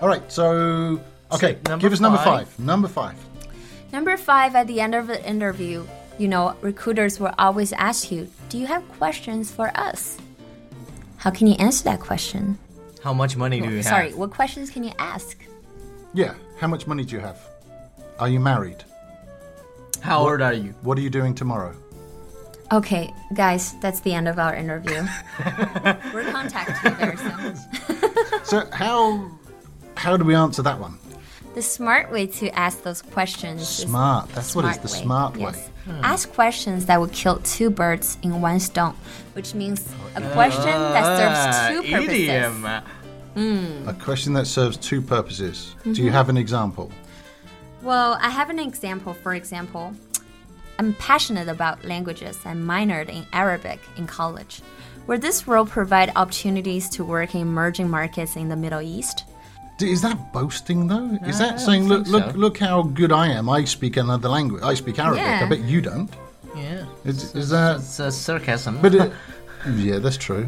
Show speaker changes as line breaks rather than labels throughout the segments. All right. So okay,
So, number
give us number
five.
five. Number five.
Number five, at the end of the interview, you know, recruiters will always ask you, Do you have questions for us? How can you answer that question?
How much money do you have?
Oh, Sorry, what questions can you ask?
Yeah. How much money do you have? Are you married?
How old are you?
What are you doing tomorrow?
Okay, guys, that's the end of our interview. We're contacting you very soon.
So how how do we answer that one?
The smart way to ask those questions
Smart.
is
That's what it is, the smart way. Hmm.
Yes. Ask questions that will kill two birds in one stone, which means
Oh,
a question that serves two
Ah,
purposes.
idiom.
A question that serves two purposes. Do
Mm-hmm.
you have an example?
Well, I have an example. For example, I'm passionate about languages and minored in Arabic in college, where this role provide opportunities to work in emerging markets in the Middle East.
D- Is that boasting though? Is
Uh, I
that saying, look,
think
look,
so.
look how good I am? I speak another language. I speak Arabic. I
Yeah.
bet you don't.
Yeah.
Is, is that?
It's a sarcasm.
But it, Hmm. yeah, that's true.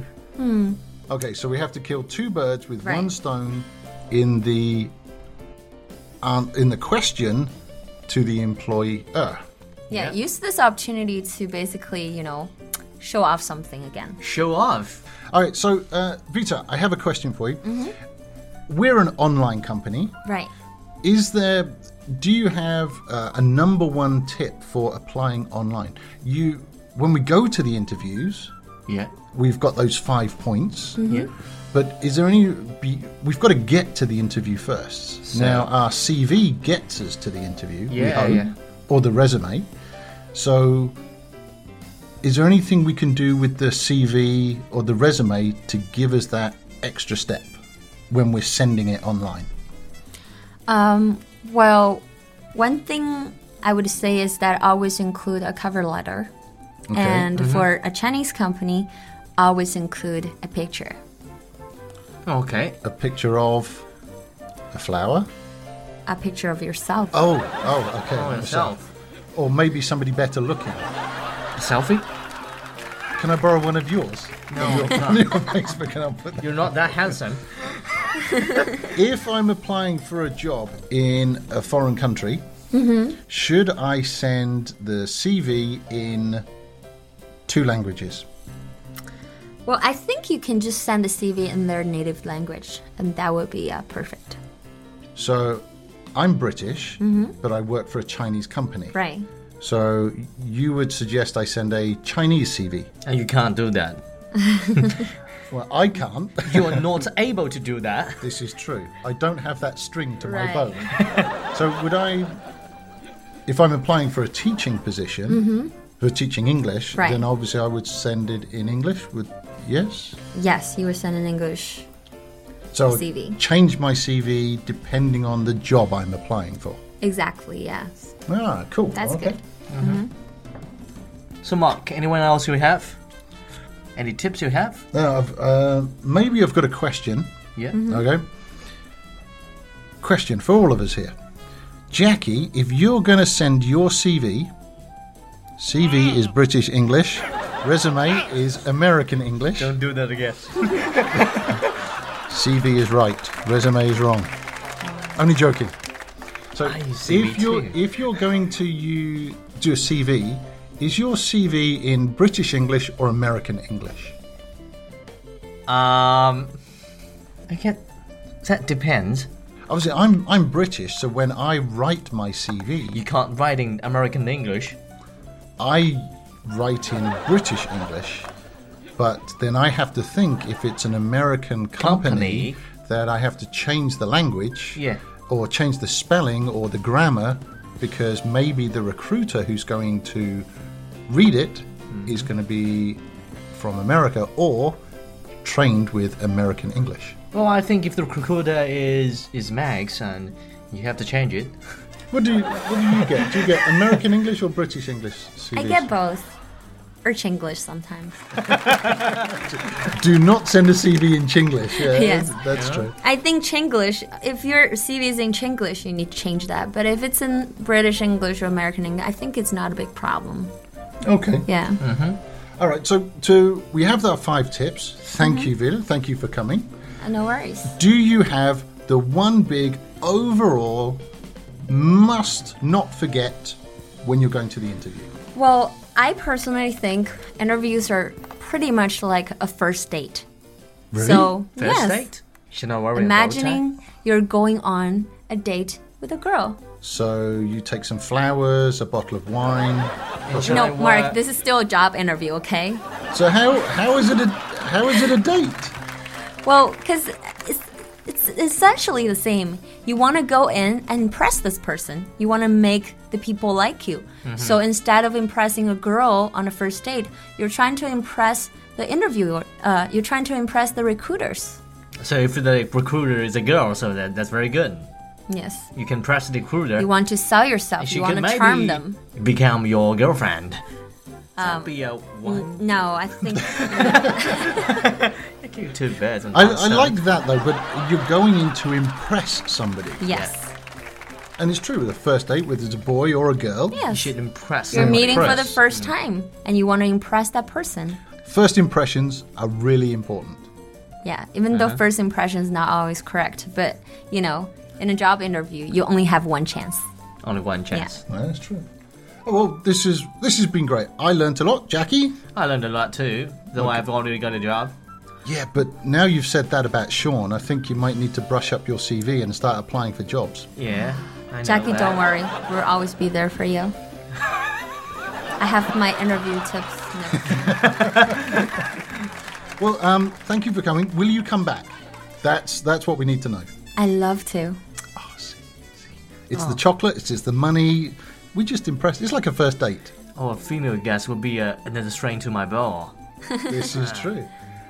Okay, so we have to kill two birds with one
Right.
stone in the um, in the question to the employer.
Yeah,
Yeah.
use this opportunity to basically, you know, show off something again.
Show off.
All right, so uh, Vita, I have a question for you. We're an online company.
Right.
Is there? Do you have uh, a number one tip for applying online? You, when we go to the interviews,
Yeah.
we've got those five points.
Yeah.
But is there any? Be, we've got to get to the interview first.
So-
now our CV gets us to the interview, we
Yeah,
hope,
yeah.
or the resume. So, is there anything we can do with the CV or the resume to give us that extra step when we're sending it online?
Um, well, one thing I would say is that always include a cover letter. And for a Chinese company, always include a picture.
Okay.
A picture of a flower.
A picture of yourself.
Oh, oh, okay.
Oh,
myself.
itself.
Or maybe somebody better looking.
Selfie?
Can I borrow one of yours?
No.
Your Facebook, and I'll put that.
You're not that handsome.
If I'm applying for a job in a foreign country, should I send the CV in two languages?
Well, I think you can just send the CV in their native language, and that would be uh, perfect.
So I'm British, but I work for a Chinese company.
Right.
So you would suggest I send a Chinese CV?
And you can't do that.
Well, I can't.
You are not able to do that.
this is true. I don't have that string to my
Right.
bow. so would I, if I'm applying for a teaching position, for teaching English,
Mm-hmm. Right.
then obviously I would send it in English. Would yes?
Yes, you were sent in English.
So I'd
CV.
change my CV depending on the job I'm applying for.
Exactly, yes.
Ah, cool.
That's
okay.
good.
So, Mark, anyone else you have? Any tips you have?
Now, I've, uh, maybe I've got a question.
Yeah.
Mm-hmm.
Mm. Okay. Question for all of us here. Jackie, if you're going to send your CV,
Mm.
CV is British English, resume is American English,
Don't do that again.
CV is right, resume is wrong. Only joking. So
Ah, you see
if
me
you're
too.
if you're going to you do a CV, is your CV in British English or American English?
Um, I get that depends.
Obviously, I'm I'm British, so when I write my CV,
You can't write in American English.
I write in British English, but then I have to think if it's an American company,
Company.
that I have to change the language
Yeah.
or change the spelling or the grammar because maybe the recruiter who's going to read it is
Mm-hmm.
going to be from America or trained with American English.
Well, I think if the recruiter is is Max and you have to change it.
What do you, what do you get? Do you get American English or British English?
I
CVs?
get both. Or English sometimes.
Do not send a CV in Chinglish. Yeah,
Yes.
that's true.
I think Chinglish, if your CV is in Chinglish, you need to change that. But if it's in British English or American English, I think it's not a big problem.
Okay.
Yeah.
All right, so to we have our five tips. Thank you, Vil. Thank you for coming.
Uh, No worries.
Do you have the the one big overall must not forget when you're going to the interview.
Well, I personally think interviews are pretty much like a first date.
Really?
So,
First
yes.
date? Should not worry about
Imagining you're going on a date with a girl.
So you take some flowers, a bottle of wine.
that. And should I uh,
No,
wear-
Mark, this is still a job interview, okay?
So how how is it a how is it a date?
Well, because it's, it's essentially the same. You want to go in and impress this person. You want to make the people like you.
Mm-hmm.
So instead of impressing a girl on a first date, you're trying to impress the interviewer. Uh, you're trying to impress the recruiters.
So if the recruiter is a girl, so that, that's very good.
Yes.
You can press the recruiter.
You want to sell yourself.
she
you
can
want to
maybe
charm them.
become your girlfriend. Um, be a one.
No, I think
Two birds. and
I,
one
I
stone.
like that though, but you're going in to impress somebody,
yes.
and it's true with a first date, whether it's a boy or a girl.
You
Yes.
should impress.
You're
someone.
meeting for the
impressed.
first time and you want to impress that person.
First impressions are really important.
Yeah, even though first impression is not always correct, but you know, in a job interview, you only have one chance.
Only one chance.
Yeah, that's true. Oh, well, this is this has been great. I learnt a lot, Jackie.
I learned a lot too, though I've already got a job.
Yeah, but now you've said that about Sean, I think you might need to brush up your CV and start applying for jobs.
Yeah. I know
Jackie,
that.
don't worry, we'll always be there for you. I have my interview tips. notes.
Well, um, thank you for coming. Will you come back? That's that's what we need to know.
I love to.
Oh, see, see. It's the chocolate. It's just the money. We just impressed. It's like a first date.
Oh, a female guest would be uh, another strain to my ball.
This is true.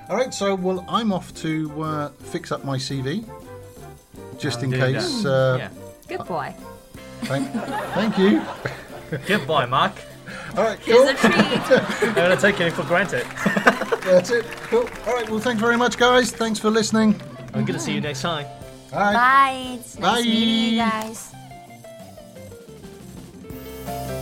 All right, so well, I'm off to uh, fix up my CV, just
I'm
in
doing
case.
that.
Uh,
yeah.
Good boy.
thank, thank you.
Good boy, Mark.
All right, cool.
Here's a treat.
I'm gonna take it for granted.
That's it. Cool. All right. Well, thanks very much, guys. Thanks for listening.
I'm gonna see you next time.
All right.
Bye. It's nice meeting you
Bye.
guys.